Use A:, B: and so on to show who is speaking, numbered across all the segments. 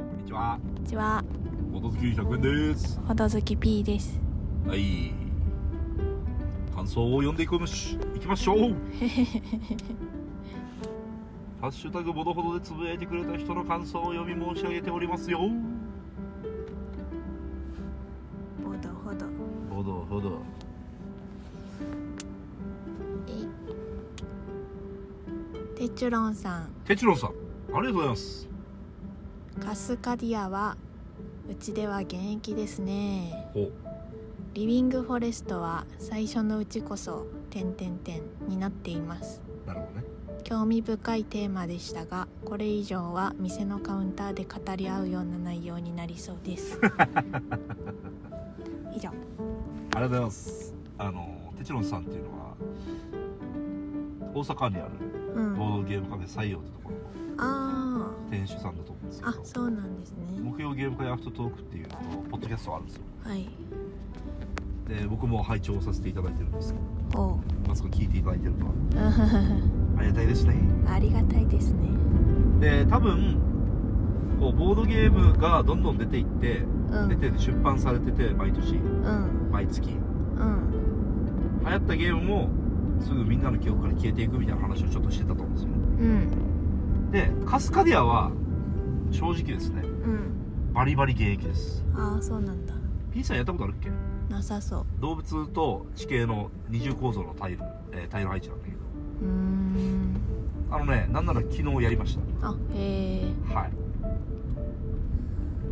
A: んにちは
B: ボト付き100円です
A: ほどずき P です
B: はい感想を読んでいきましいきま しょうハッシュタグボドほどでつぶやいてくれた人の感想を読み申し上げておりますよ
A: ほどほど
B: ボドほど
A: テチュロンさん
B: テチロンさんありがとうございます
A: カスカディアはうちでは現役ですね
B: ほう
A: リビングフォレストは最初のうちこそ点点点になっています
B: なるほどね
A: 興味深いテーマでしたがこれ以上は店のカウンターで語り合うような内容になりそうです 以上
B: ありがとうございますあのテチロンさんっていうのは大阪にある
A: う
B: ボ
A: ん
B: ードゲームカフェ採用ってところの
A: あ
B: 店主さんだと思うんです
A: ー
B: け
A: あ
B: ど
A: そうなんですね
B: 木曜ゲーム会アフタートークっていうポッドキャストがあるんですよ
A: はい
B: で僕も拝聴させていただいてるんですけど
A: おう
B: まさか聞いていただいてるとはありがたいですね
A: ありがたいですね
B: で多分こうボードゲームがどんどん出ていって
A: うん
B: 出て出版されてて毎年
A: うん
B: 毎月流
A: うん
B: 行ったゲームもすぐみんなの記憶から消えていくみたいな話をちょっとしてたと思うんですよ
A: うん
B: でカスカディアは正直ですね
A: うん
B: バリバリ現役です
A: ああそうなんだ
B: P さんやったことあるっけ
A: なさそう
B: 動物と地形の二重構造のタイル、えータイル配置なんだけど
A: うーん
B: あのねなんなら昨日やりまし
A: あへえ
B: たはい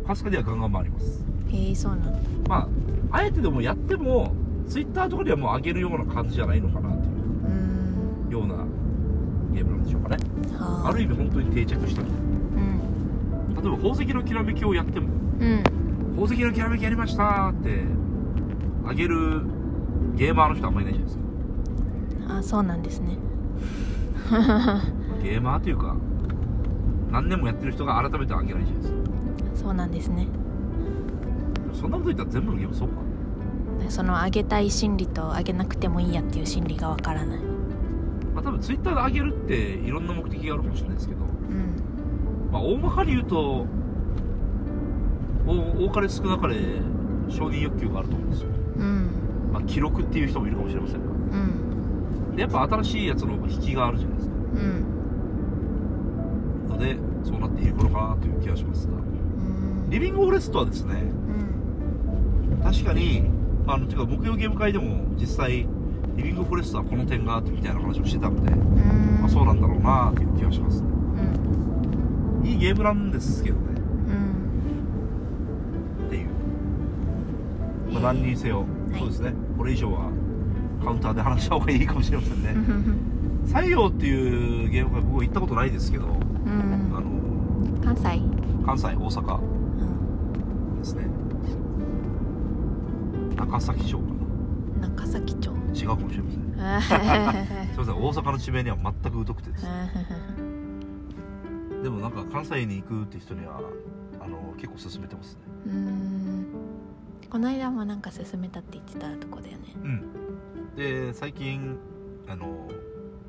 B: カスカディアガンガン回ります
A: へえそうなんだ
B: まああえてでもやってもツイッターとかではもう上げるような感じじゃないのかなっていう
A: ーん
B: うようなゲームなんでしょうかね
A: は
B: ある意味本当に定着した例
A: うん
B: えば宝石のきらめきをやっても
A: うん
B: 宝石のきらめきやりましたーって上げるゲーマーの人あんまりいないじゃないですか
A: あそうなんですね
B: ゲーマーというか何年もやってる人が改めて上げないじゃないですか
A: そうなんですね
B: でもそんなこと言ったら全部のゲームそうか
A: その上げたい心理と上げなくてもいいやっていう心理がわからない
B: まあ多分ツイッターで上げるっていろんな目的があるかもしれないですけど、
A: うん
B: まあ、大まかに言うとお多かれ少なかれ承認欲求があると思うんですよ、
A: うん
B: まあ、記録っていう人もいるかもしれませんが
A: うん
B: でやっぱ新しいやつの引きがあるじゃないですか
A: うん
B: のでそうなっている頃かなという気がしますが
A: うん
B: リビングフォレストはですね
A: うん
B: 確かに、まあ、あのてか木曜ゲーム会でも実際リビングフォレストはこの点があってみたいな話をしてたので、まあ、そうなんだろうなという気がしますね
A: うん
B: いいゲームなんですけどね
A: うん
B: っていう、まあ、何にせよ、
A: い
B: そうですねこれ以上はカウンターで話した方がいいかもしれません
A: う
B: ね
A: ん
B: 西洋っていうゲーム会僕は行ったことないですけど
A: う
B: あの
A: ん関西
B: 関西大阪
A: う
B: ですね中崎町かなん
A: 中崎 町
B: 違うかもしれませんすいません大阪の地名には全く疎くてですねでもなんか関西に行くって人にはあの結構勧めてますね
A: うんこの間もなんか勧めたって言ってたとこだよね
B: うんで最近あの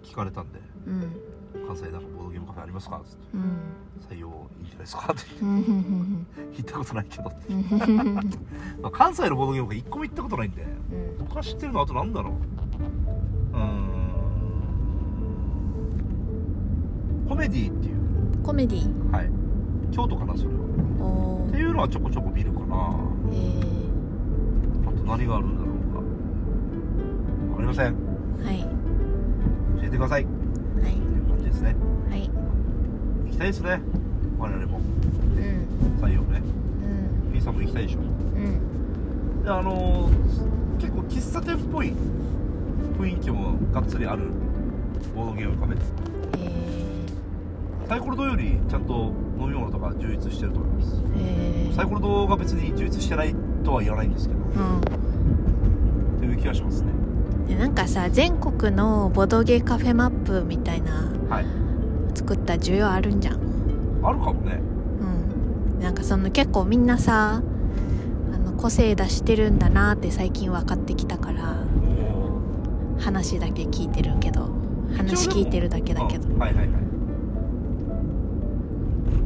B: 聞かれたんで
A: うん
B: 関西なんかボードゲームカフェありますかつって
A: うん
B: 採用いいんじゃないですかって
A: うん
B: 言ったことないけどって
A: うんうん
B: まあ関西のボードゲームが一個も行ったことないんで僕が知ってるのはあとなんだろううーんコメディっていう
A: コメディ
B: はい京都かなそれは
A: お
B: って
A: ー
B: いうのはちょこちょこ見るかな
A: えー
B: あと何があるんだろうかわかりません
A: はい
B: 教えてくださいって
A: はい
B: いう感じですね
A: はい
B: 行きたいですね我々も
A: うん
B: 採用ね
A: うん
B: P さんも行きたいでしょ
A: うん
B: であのー結構喫茶店っぽい雰囲気もがっつりあるボードゲームカフェです
A: え
B: サイコロ堂よりちゃんと飲み物とか充実してると思います
A: ーえ
B: サイコロ堂が別に充実してないとは言わないんですけど
A: ー
B: という気がしますね
A: うんでなんかさ全国のボドゲカフェマップみたいな
B: はい
A: 作った需要あるんじゃん
B: あるかもね
A: うん、なんかその結構みんなさあの個性出してるんだなって最近分かってきたから
B: もう
A: 話だけ聞いてるけど話聞いてるだけだけど
B: うんはいはいはい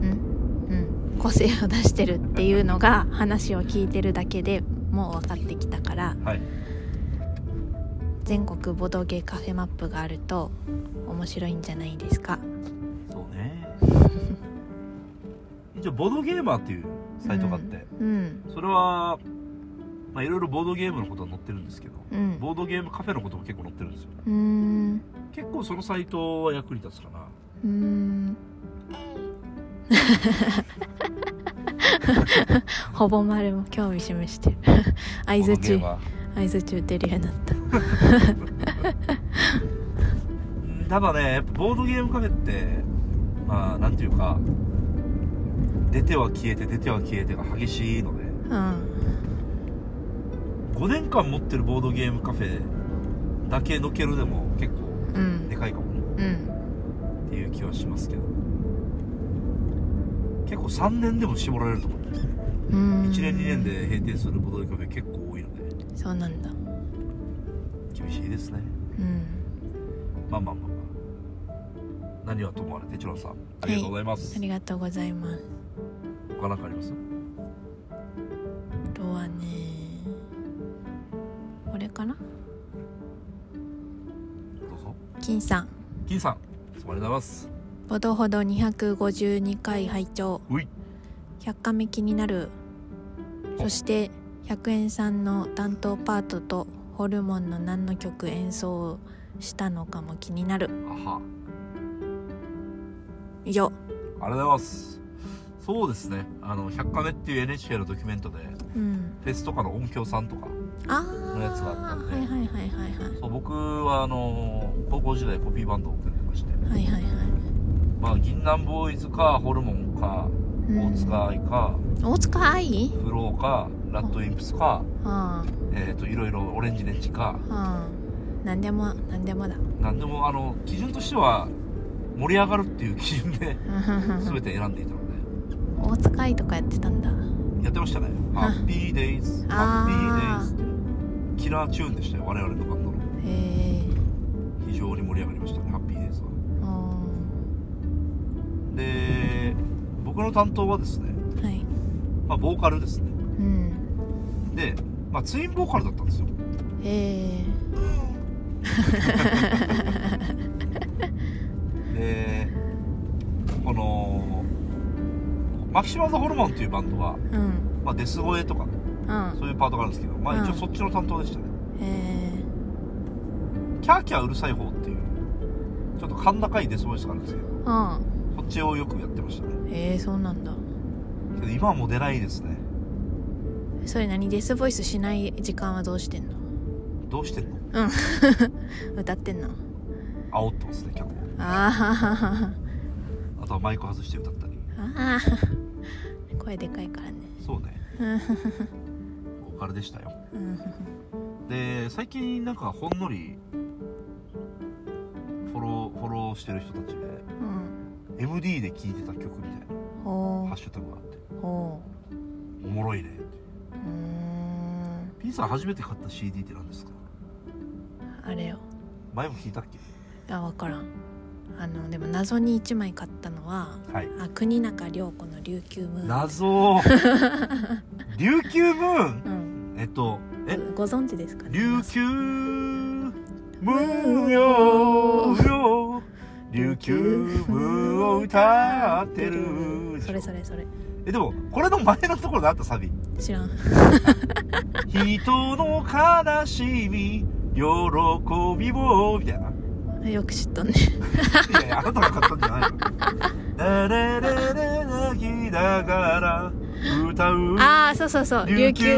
A: うんうん個性を出してるっていうのが話を聞いてるだけでもう分かってきたから
B: はい
A: 全国ボドゲカフェマップがあると面白いんじゃないですか
B: そうね 一応ボードゲーマーっていうサイトがあって、
A: うん
B: それはまあいろいろボードゲームのことは載ってるんですけど
A: うん
B: ボードゲームカフェのことも結構載ってるんですよ
A: うーん
B: 結構そのサイトは役に立つかな
A: うーん ほぼ丸も興味示し てる合図
B: ボードゲ
A: 中
B: ームは
A: 合図中出るようになった
B: うんただねやっぱボードゲームカフェってまあなんていうか出ては消えて出ては消えてが激しいので
A: うん
B: 5年間持ってるボードゲームカフェだけのけるでも結構
A: う
B: で
A: ん
B: かいかもね
A: うん
B: っていう気はしますけど結構3年でも絞られると思う
A: うん
B: 1年2年で閉店するボードゲームカフェ結構多いので
A: そうなんだ
B: 厳しいですね
A: うん
B: まあまあまあまあ何はともあれテチロンさんありがとうございます、
A: ありがとうございます
B: 他なんかあります
A: あとはねこれかな
B: どうぞ
A: 金さん
B: 金さんいつもありがとうございます
A: ほどほど252回拝聴
B: うい
A: 100カメ気になるそして100円さんの担当パートとホルモンの何の曲演奏をしたのかも気になる
B: あは
A: 以上
B: ありがとうございますそうですねあの「100カメ」っていう NHK のドキュメントで
A: うん
B: フェスとかの音響さんとか
A: あ
B: のやつがあったん
A: ー
B: で
A: はいはいはいはいはい
B: そう僕はあの高校時代コピーバンドを組んでまして
A: はいはいはい
B: まあ銀杏ボーイズかホルモンか
A: うん
B: 大塚愛か
A: 大塚愛
B: フローかラッドインプスか
A: は
B: えっ、といろいろオレンジレンジか
A: あはあ何でも何でもだ
B: 何でもあの基準としては盛り上がるっていう基準で全て選んでいたので
A: 大塚愛とかやってたんだ
B: やってましたね「
A: あ
B: ハッピーデイズ」「ハ
A: あ
B: ッピーデイズ」ってキラーチューンでしたよ我々のバンドの
A: へえ
B: 非常に盛り上がりましたね「ハッピーデイズは」
A: は
B: で僕の担当はですね、
A: い
B: まあ、ボーカルですね
A: うん
B: で、まあ、ツインボーカルだったんですよ
A: へえ
B: でこのマキシマザホルモンっていうバンドは、
A: うん
B: まあ、デス声とか
A: うん
B: そういうパートがあるんですけど、まあ、一応
A: うん
B: そっちの担当でしたね、
A: へえ
B: キャーキャーうるさい方っていうちょっと甲高いデスボイスがあるんですけど
A: あ
B: そっちをよくやってましたね
A: へえそうなんだ
B: けど今はもう出ないですね
A: それ何デスボイスしない時間はどうしてんの
B: どうしてんの
A: 歌ってんの
B: 煽ってますね客を
A: ああ
B: あとはマイク外して歌ったり
A: ああ声でかいからね
B: そうね
A: うん
B: ボーカルでしたよ
A: うん
B: で最近なんかほんのりフォローフォローしてる人たちで MD で聴いてた曲みたいな
A: ほ
B: ハッシュタグがあって
A: うほ
B: おもろいねって
A: ううーん
B: P さん初めて買った CD って何ですか
A: あれよ
B: 前も聞いたっけ
A: いや分からんあのでも謎に1枚買ったのは
B: はい
A: あ国中涼子の琉球ムーン
B: 謎琉球ムーン
A: うん
B: えっとえ
A: ご存知ですかね
B: 琉球無用よ琉球無を歌ってる
A: それそれそれ
B: えでもこれの前のところであったサビ
A: 知らん
B: 「人の悲しみ喜びを」みたいな
A: よく知っとんね
B: いやいやあなたが買ったんじゃないの「だれれれ泣きながら歌う
A: ああそうそうそう琉球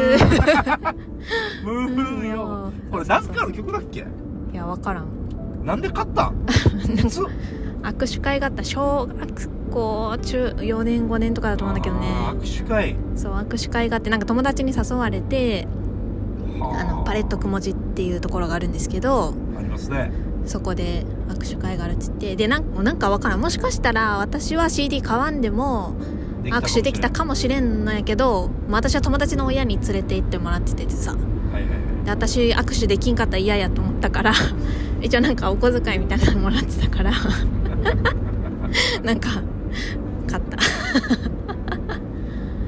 B: 無よ」これ何かの曲だっけ
A: いや分からん
B: なんで買った ん夏
A: 握手会があった小学校中4年5年とかだと思うんだけどね
B: あー握手会
A: そう握手会があってなんか友達に誘われてあ
B: は
A: のパレット雲寺っていうところがあるんですけど
B: ありますね
A: そこで握手会があるっつってでなんもうなんかわからんもしかしたら私は CD 買わんでも握手できた
B: か
A: かもしれんのやけどまあ私は友達の親に連れて行ってもらっててさ
B: もしれないはいはいはい
A: で私握手できんかったら嫌やと思ったから 一応なんかお小遣いみたいなのもら ってたからなんか買った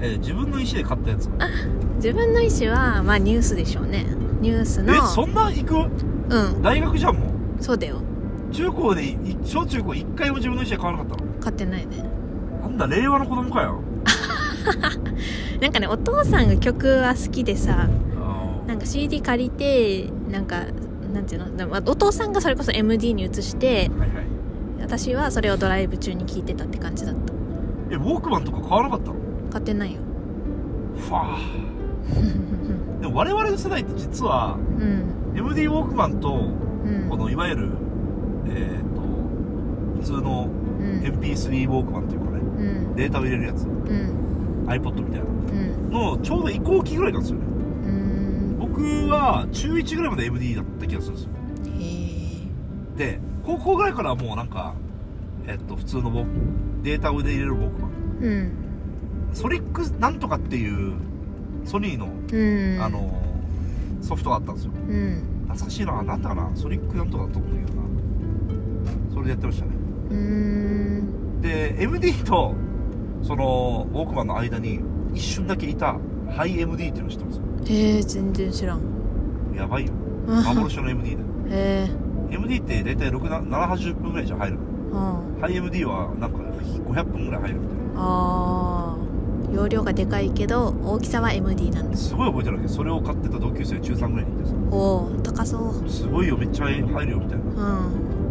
B: で自分の意思で買ったやつ
A: 自分の意思はまあニュースでしょうねニュースの
B: えそんな行く
A: うん
B: 大学じゃんもう
A: そうだよ
B: 中高でい小中高一回も自分の意思で買わなかったの
A: 買ってないね
B: なんだ令和の子供かよ
A: なんかねお父さんが曲は好きでさ
B: あ
A: なんか CD 借りてなんかなんていうのでもお父さんがそれこそ MD に移して
B: ーはいはい
A: 私はそれをドライブ中に聴いてたって感じだった
B: えウォークマンとか買わなかったの
A: 買っ てないよ
B: ふわーでも我々の世代って実は
A: うん、
B: MD ウォークマンと
A: うん、
B: このいわゆるえっ、と普通の
A: うん
B: MP3 ウォークマンというかね
A: うん
B: データを入れるやつ
A: うん
B: iPod みたいな
A: うん
B: のちょうど移行期ぐらいなんですよね
A: うん
B: 僕は中1ぐらいまで MD だった気がするんですよ
A: へえ
B: で高校ぐらいからはもうなんかえっと普通のウォーデータを入れるウォークマン
A: うん
B: ソニックなんとかっていうソニーの、
A: うん
B: あのソフトがあったんですよ
A: うん
B: 懐かしいななんだかなソニックなんとかだと思うんだけどなそれでやってましたね
A: うん
B: で MD とそのウォークマンの間に一瞬だけいたハイ MD っていうの知ってます
A: へえ全然知らん
B: やばいよ幻の MD だよ
A: へえ
B: MD って大体6な780分ぐらいじゃ入る
A: うん
B: ハイ MD はなんか500分ぐらい入るみたい
A: あー容量がでかいけど大きさは MD なん
B: な
A: です
B: すごい覚えてるわけどそれを買ってた同級生が中3ぐらいにいてさ
A: おお高そう
B: すごいよめっちゃ入るよみたいな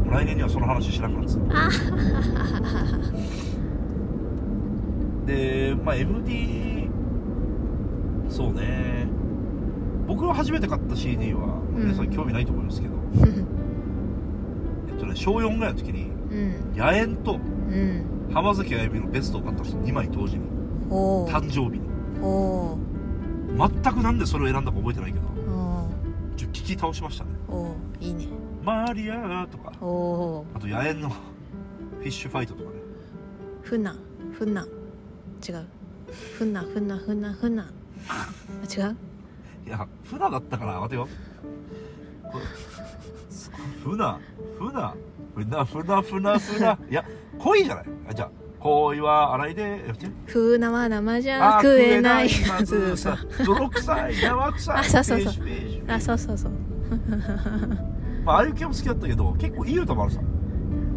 A: うん
B: 来年にはその話しなくなってた
A: あはははは
B: でまあ MD そうね僕が初めて買った CD は
A: うん
B: 皆さん興味ないと思いますけど、えっとね小4ぐらいの時に
A: うん
B: 野猿と
A: うん
B: 浜崎あゆみのベストを買ったんですよ2枚同時に
A: おー
B: 誕生日に
A: お
B: 全くなんでそれを選んだか覚えてないけど
A: ーお
B: ちょっと聞き倒しましたね
A: ーおーいいね
B: マリアとか
A: おお
B: あと野猿のフィッシュファイトとかね
A: ふなふな違うふなふなふなふなあ違う
B: いやフナだったから待てよこれそフナフナフナフナフナフナいや恋じゃないあじゃあ恋は洗いでえ待って
A: ふなは生じ
B: あ
A: ゃ食えない は
B: 食えない
A: ずさ
B: 泥臭い生臭い
A: あそうそう
B: ペー
A: そう
B: ジページ
A: あそうそうそう
B: まあああいう系も好きだったけど結構いい歌もあるさ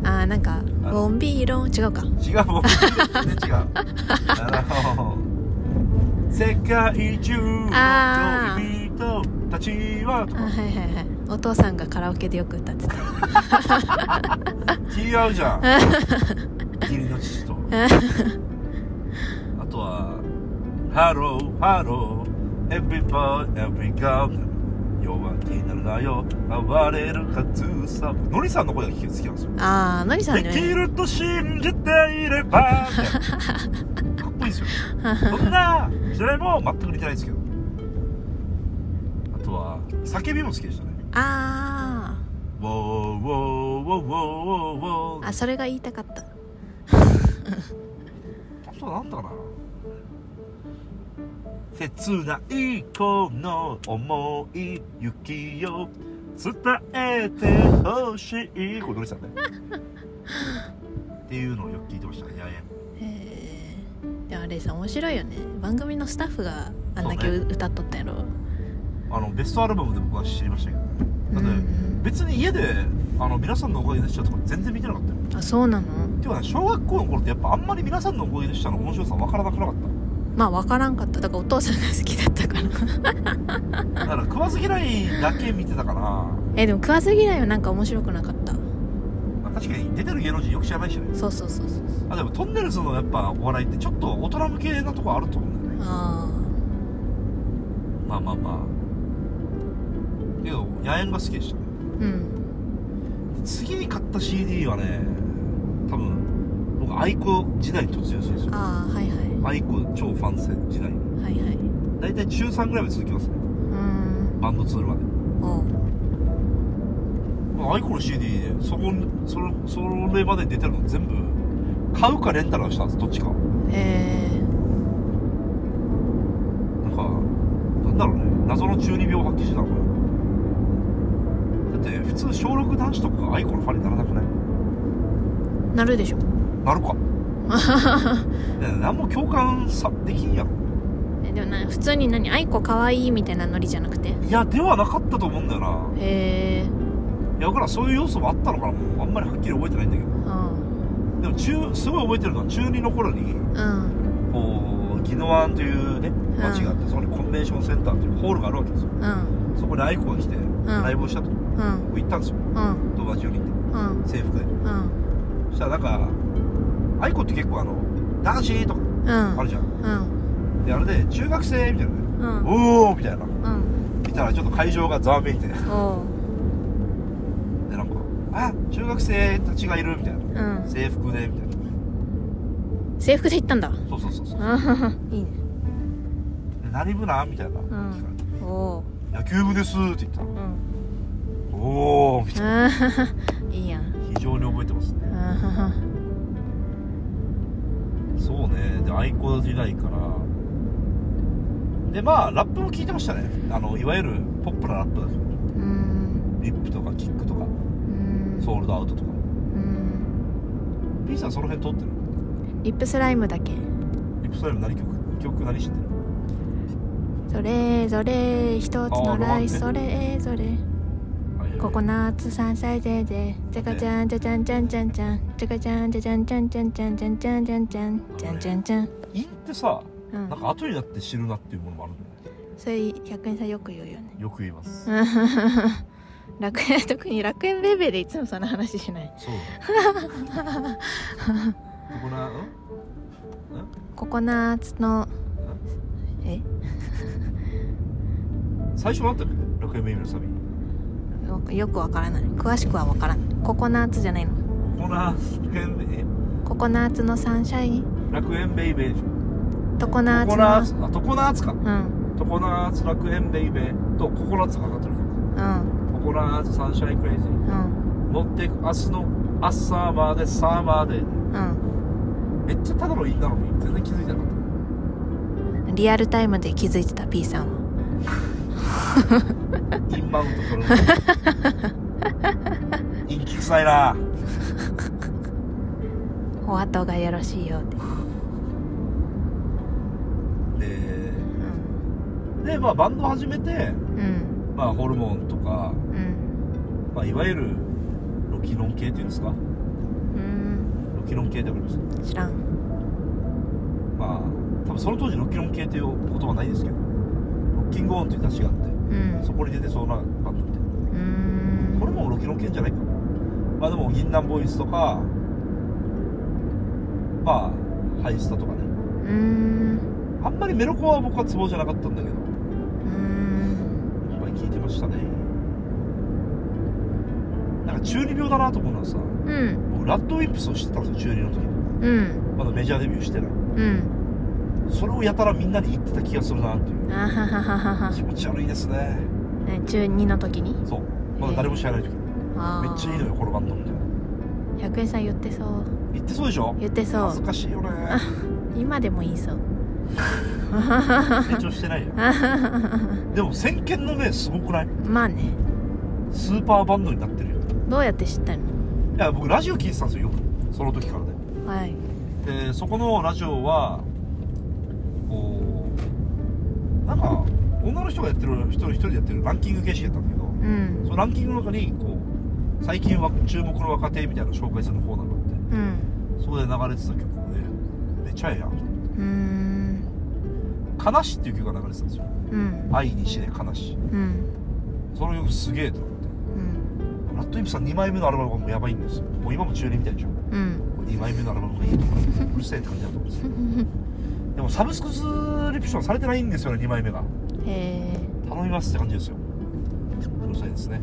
A: あーなんか
B: あの
A: ボンビーロン違うか
B: 違うもん全然 違うあの世界中の
A: あ
B: 恋人たちはと
A: あ
B: か
A: はいはいはいお父さんがカラオケでよく歌ってた
B: 違うじゃん義理の父とあとは「ハローハロー Everybody Every God」弱気になるなよ暴れるかつさノリさんの声が聞き好きなんですよ
A: ああのりさん
B: でき
A: ね
B: ると信じていればみたいなかっこいいですよ僕ら時代も全く似てないですけどあとは叫びも好きでしたね
A: あ
B: 「ウォーウォーウォーウォーウォーウォ
A: ー
B: ー」
A: あそれが言いたかった
B: あとなんだかな切ないこの思い雪を伝えてほしいこれどれさんねっていうのをよく聞いてましたね野猿
A: へえでもあれさ面白いよね番組のスタッフがあんだけ
B: そう
A: う歌っとったやろ
B: あのベストアルバムで僕は知りましたけどねだって、
A: うん
B: 別に家であの皆さんのおかげでしたとか全然見てなかったよ
A: あそうなの
B: ていうかね小学校の頃ってやっぱあんまり皆さんのおかげでしたの面白さ分からなくなかっ
A: まあ分からんかっただからお父さんが好きだったから
B: ただから食わず嫌いだけ見てたから
A: えでも食わず嫌いはなんか面白くなかった
B: 確かに出てる芸能人よく知らないしね
A: そうそうそうそう
B: あでもトンネルズのやっぱお笑いってちょっと大人向けなとこあると思うんだよね
A: あ
B: まあまあまあけど野猿が好きでしたね
A: あうん
B: 次に買った CD はね多分僕愛子時代に突入するんですよ
A: ああはいは
B: 愛子超ファン戦時代
A: いはいはい
B: 大体中3ぐらいまで続きますね
A: うん
B: バンドツールまで
A: おう
B: まあアイコの CD でそこそれそれまで出てるの全部買うかレンタルはしたんですどっちかなん
A: へえ
B: かなんだろうね謎の中二病を発揮してたのかなだって普通小6男子とかがアイコのファンにならなくない
A: なるでしょ
B: なるかいや何も共感さできんやろ
A: えでもな普通に何愛子かわいいみたいなノリじゃなくてへ
B: いやではなかったと思うんだよな
A: え
B: いや分からんそういう要素もあったのかなもうあんまりはっきり覚えてないんだけど
A: うん
B: でも中すごい覚えてるのは中2の頃に
A: うん
B: こう宜野湾というね町があって、そこにコンベンションセンターというホールがあるわけですよ
A: うん
B: そこに愛子が来てライブをしたと、
A: うん
B: 僕行ったんですよ
A: うん
B: 友達4人
A: うん
B: で制服で
A: うん
B: そしたらなんか愛子って結構あの男子とか
A: うん
B: あるじゃん
A: うん
B: であれで中学生みたいなね
A: うん
B: おおみたいな
A: うん
B: 見たらちょっと会場がざわめいてで
A: おう
B: なんかあ中学生たちがいるみたいな
A: うん
B: 制服でみたいな
A: 制服で行ったんだ
B: そうそうそうそう
A: あははいいね
B: で何部なんみたいな聞かれて、
A: おう
B: 野球部ですって言ったら
A: うん
B: おおみたい
A: あははいいやん
B: な非常に覚えてますね
A: あはは
B: そうねで愛子時代からでまあラップも聞いてましたねあのいわゆるポップなラップだけど
A: うん
B: リップとかキックとか
A: うん
B: ソールドアウトとか
A: うん、
B: P さんその辺通ってる
A: リップスライムだけ
B: リップスライム何曲曲何知ってる
A: それぞれ一つのライス
B: あ
A: それぞれココ
B: に
A: ナッツ山菜ででじゃかちゃんじゃちゃんちゃんちゃんちゃんじゃかちゃんじゃちゃんちゃんちゃんちゃんちゃんちゃんちゃんちゃんちゃんちゃんちゃん
B: インってさ
A: うん
B: なんか後になって知るなっていうものもあるんだよね
A: それ100円さんよく言うよね
B: よく言います
A: うん楽園特に楽園ベイベーでいつもその話しない
B: そうココナん
A: ココナッツのえ
B: 最初なんだっけ楽園メイビのサビ
A: よよくわからない詳しくはわからないココナッツじゃないの
B: ココナ楽園メイ
A: ココナッツのサンシャイン
B: 楽園ベイベーでしょ
A: トコナ
B: ココナ
A: ッ
B: ー
A: ツ
B: ツあトコナーツか
A: のうん
B: トコナーツ楽園ベイベーとココナッツがかかってる
A: うん
B: ココナーツサンシャインクレイジー
A: うん
B: 乗ってく明日の朝までサーマーで
A: うん
B: めっちゃただのインなのに全然気づいてなかっ
A: リアルタイムで気づいてた P さんは
B: たインバウンド取る陰気臭いな
A: お後がよろしいようで、
B: で
A: うん、
B: で、まあ、バンド始めて、
A: うん
B: まあ、ホルモンとか、
A: うん
B: まあ、いわゆるロキノン系っていうんですか
A: うん
B: ロキノン系ってわかります
A: 知らん
B: まあ多分その当時ロキノン系っていう言葉はないですけどロッキングオンという雑誌があっ
A: うん
B: てそこに出てそうなバンドみたいな
A: うん
B: これもロキノン系じゃないかまあでも銀杏ボーイスとかまあハイスタとかね
A: うん
B: あんまりメロコアは僕はツボじゃなかったんだけど
A: うん
B: いっぱい聞いてましたねなんか中二病だなと思うのはさ
A: うん
B: 僕ラッドウィップスを知ってたんですよ中二の時に
A: うん
B: まだメジャーデビューしてない
A: うん
B: それをやたらみんなに言ってた気がするなっていう
A: あははははは
B: 気持ち悪いですね
A: ね中2の時に
B: そうまだ誰も知らない時め
A: あー
B: っちゃいいのよこのバンドみたいな
A: 100円さん言ってそう
B: 言ってそうでしょ
A: 言ってそ
B: 恥ず
A: う
B: かしいよね
A: 今でも言いそう
B: 成長してないよでも先見の目すごくない
A: まあね
B: スーパーバンドになってるよ
A: どうやって知ったの
B: いや僕ラジオ聞いてたんですよよくその時からね
A: はい
B: でそこのラジオはこうなんか女の人がやってる一人一人でやってるランキング形式やったんだけど
A: うん
B: そのランキングの中にこう最近は注目の若手みたいなの紹介するコーナーがあっ
A: うん
B: てそこで流れてた曲もねめっちゃええやん
A: うん
B: 「悲し」っていう曲が流れてたんですよ
A: うん
B: 「愛に死ね悲し
A: うん」
B: その曲すげえと思って
A: うん
B: ラッドインプさん2枚目のアルバムがもうやばいんですよもう今も中年みたいでしょ
A: うん
B: 2枚目のアルバムがいいとかうるせえって感じだと思うんですよでもサブスクスリプションされてないんですよね2枚目が
A: へえ
B: 頼みますって感じですようるさいですね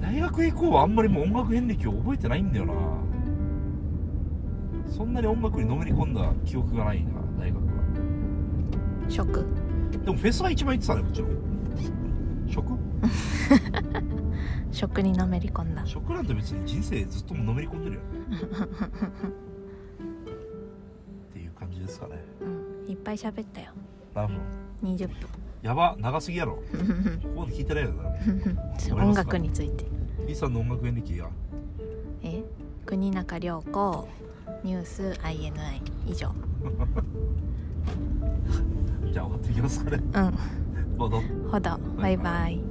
B: 大学以降はあんまりもう音楽遍歴を覚えてないんだよなそんなに音楽にのめり込んだ記憶がないな大学は
A: ショック
B: でもフェスが一番行ってたねもちろん食
A: ショックにのめり込んだ
B: 食なんて別に人生ずっとのめり込んでるよねっていう感じですかね
A: うんいっぱい喋ったよ
B: 何分
A: 20
B: やば長すぎやろ
A: 分
B: ここまで聞いてないよな
A: 音楽について
B: B さんの音楽演歴が
A: え国中涼子ニュース INI 以上
B: じゃあ終わっていきますかね
A: うん
B: どうぞ
A: ほどバイバイ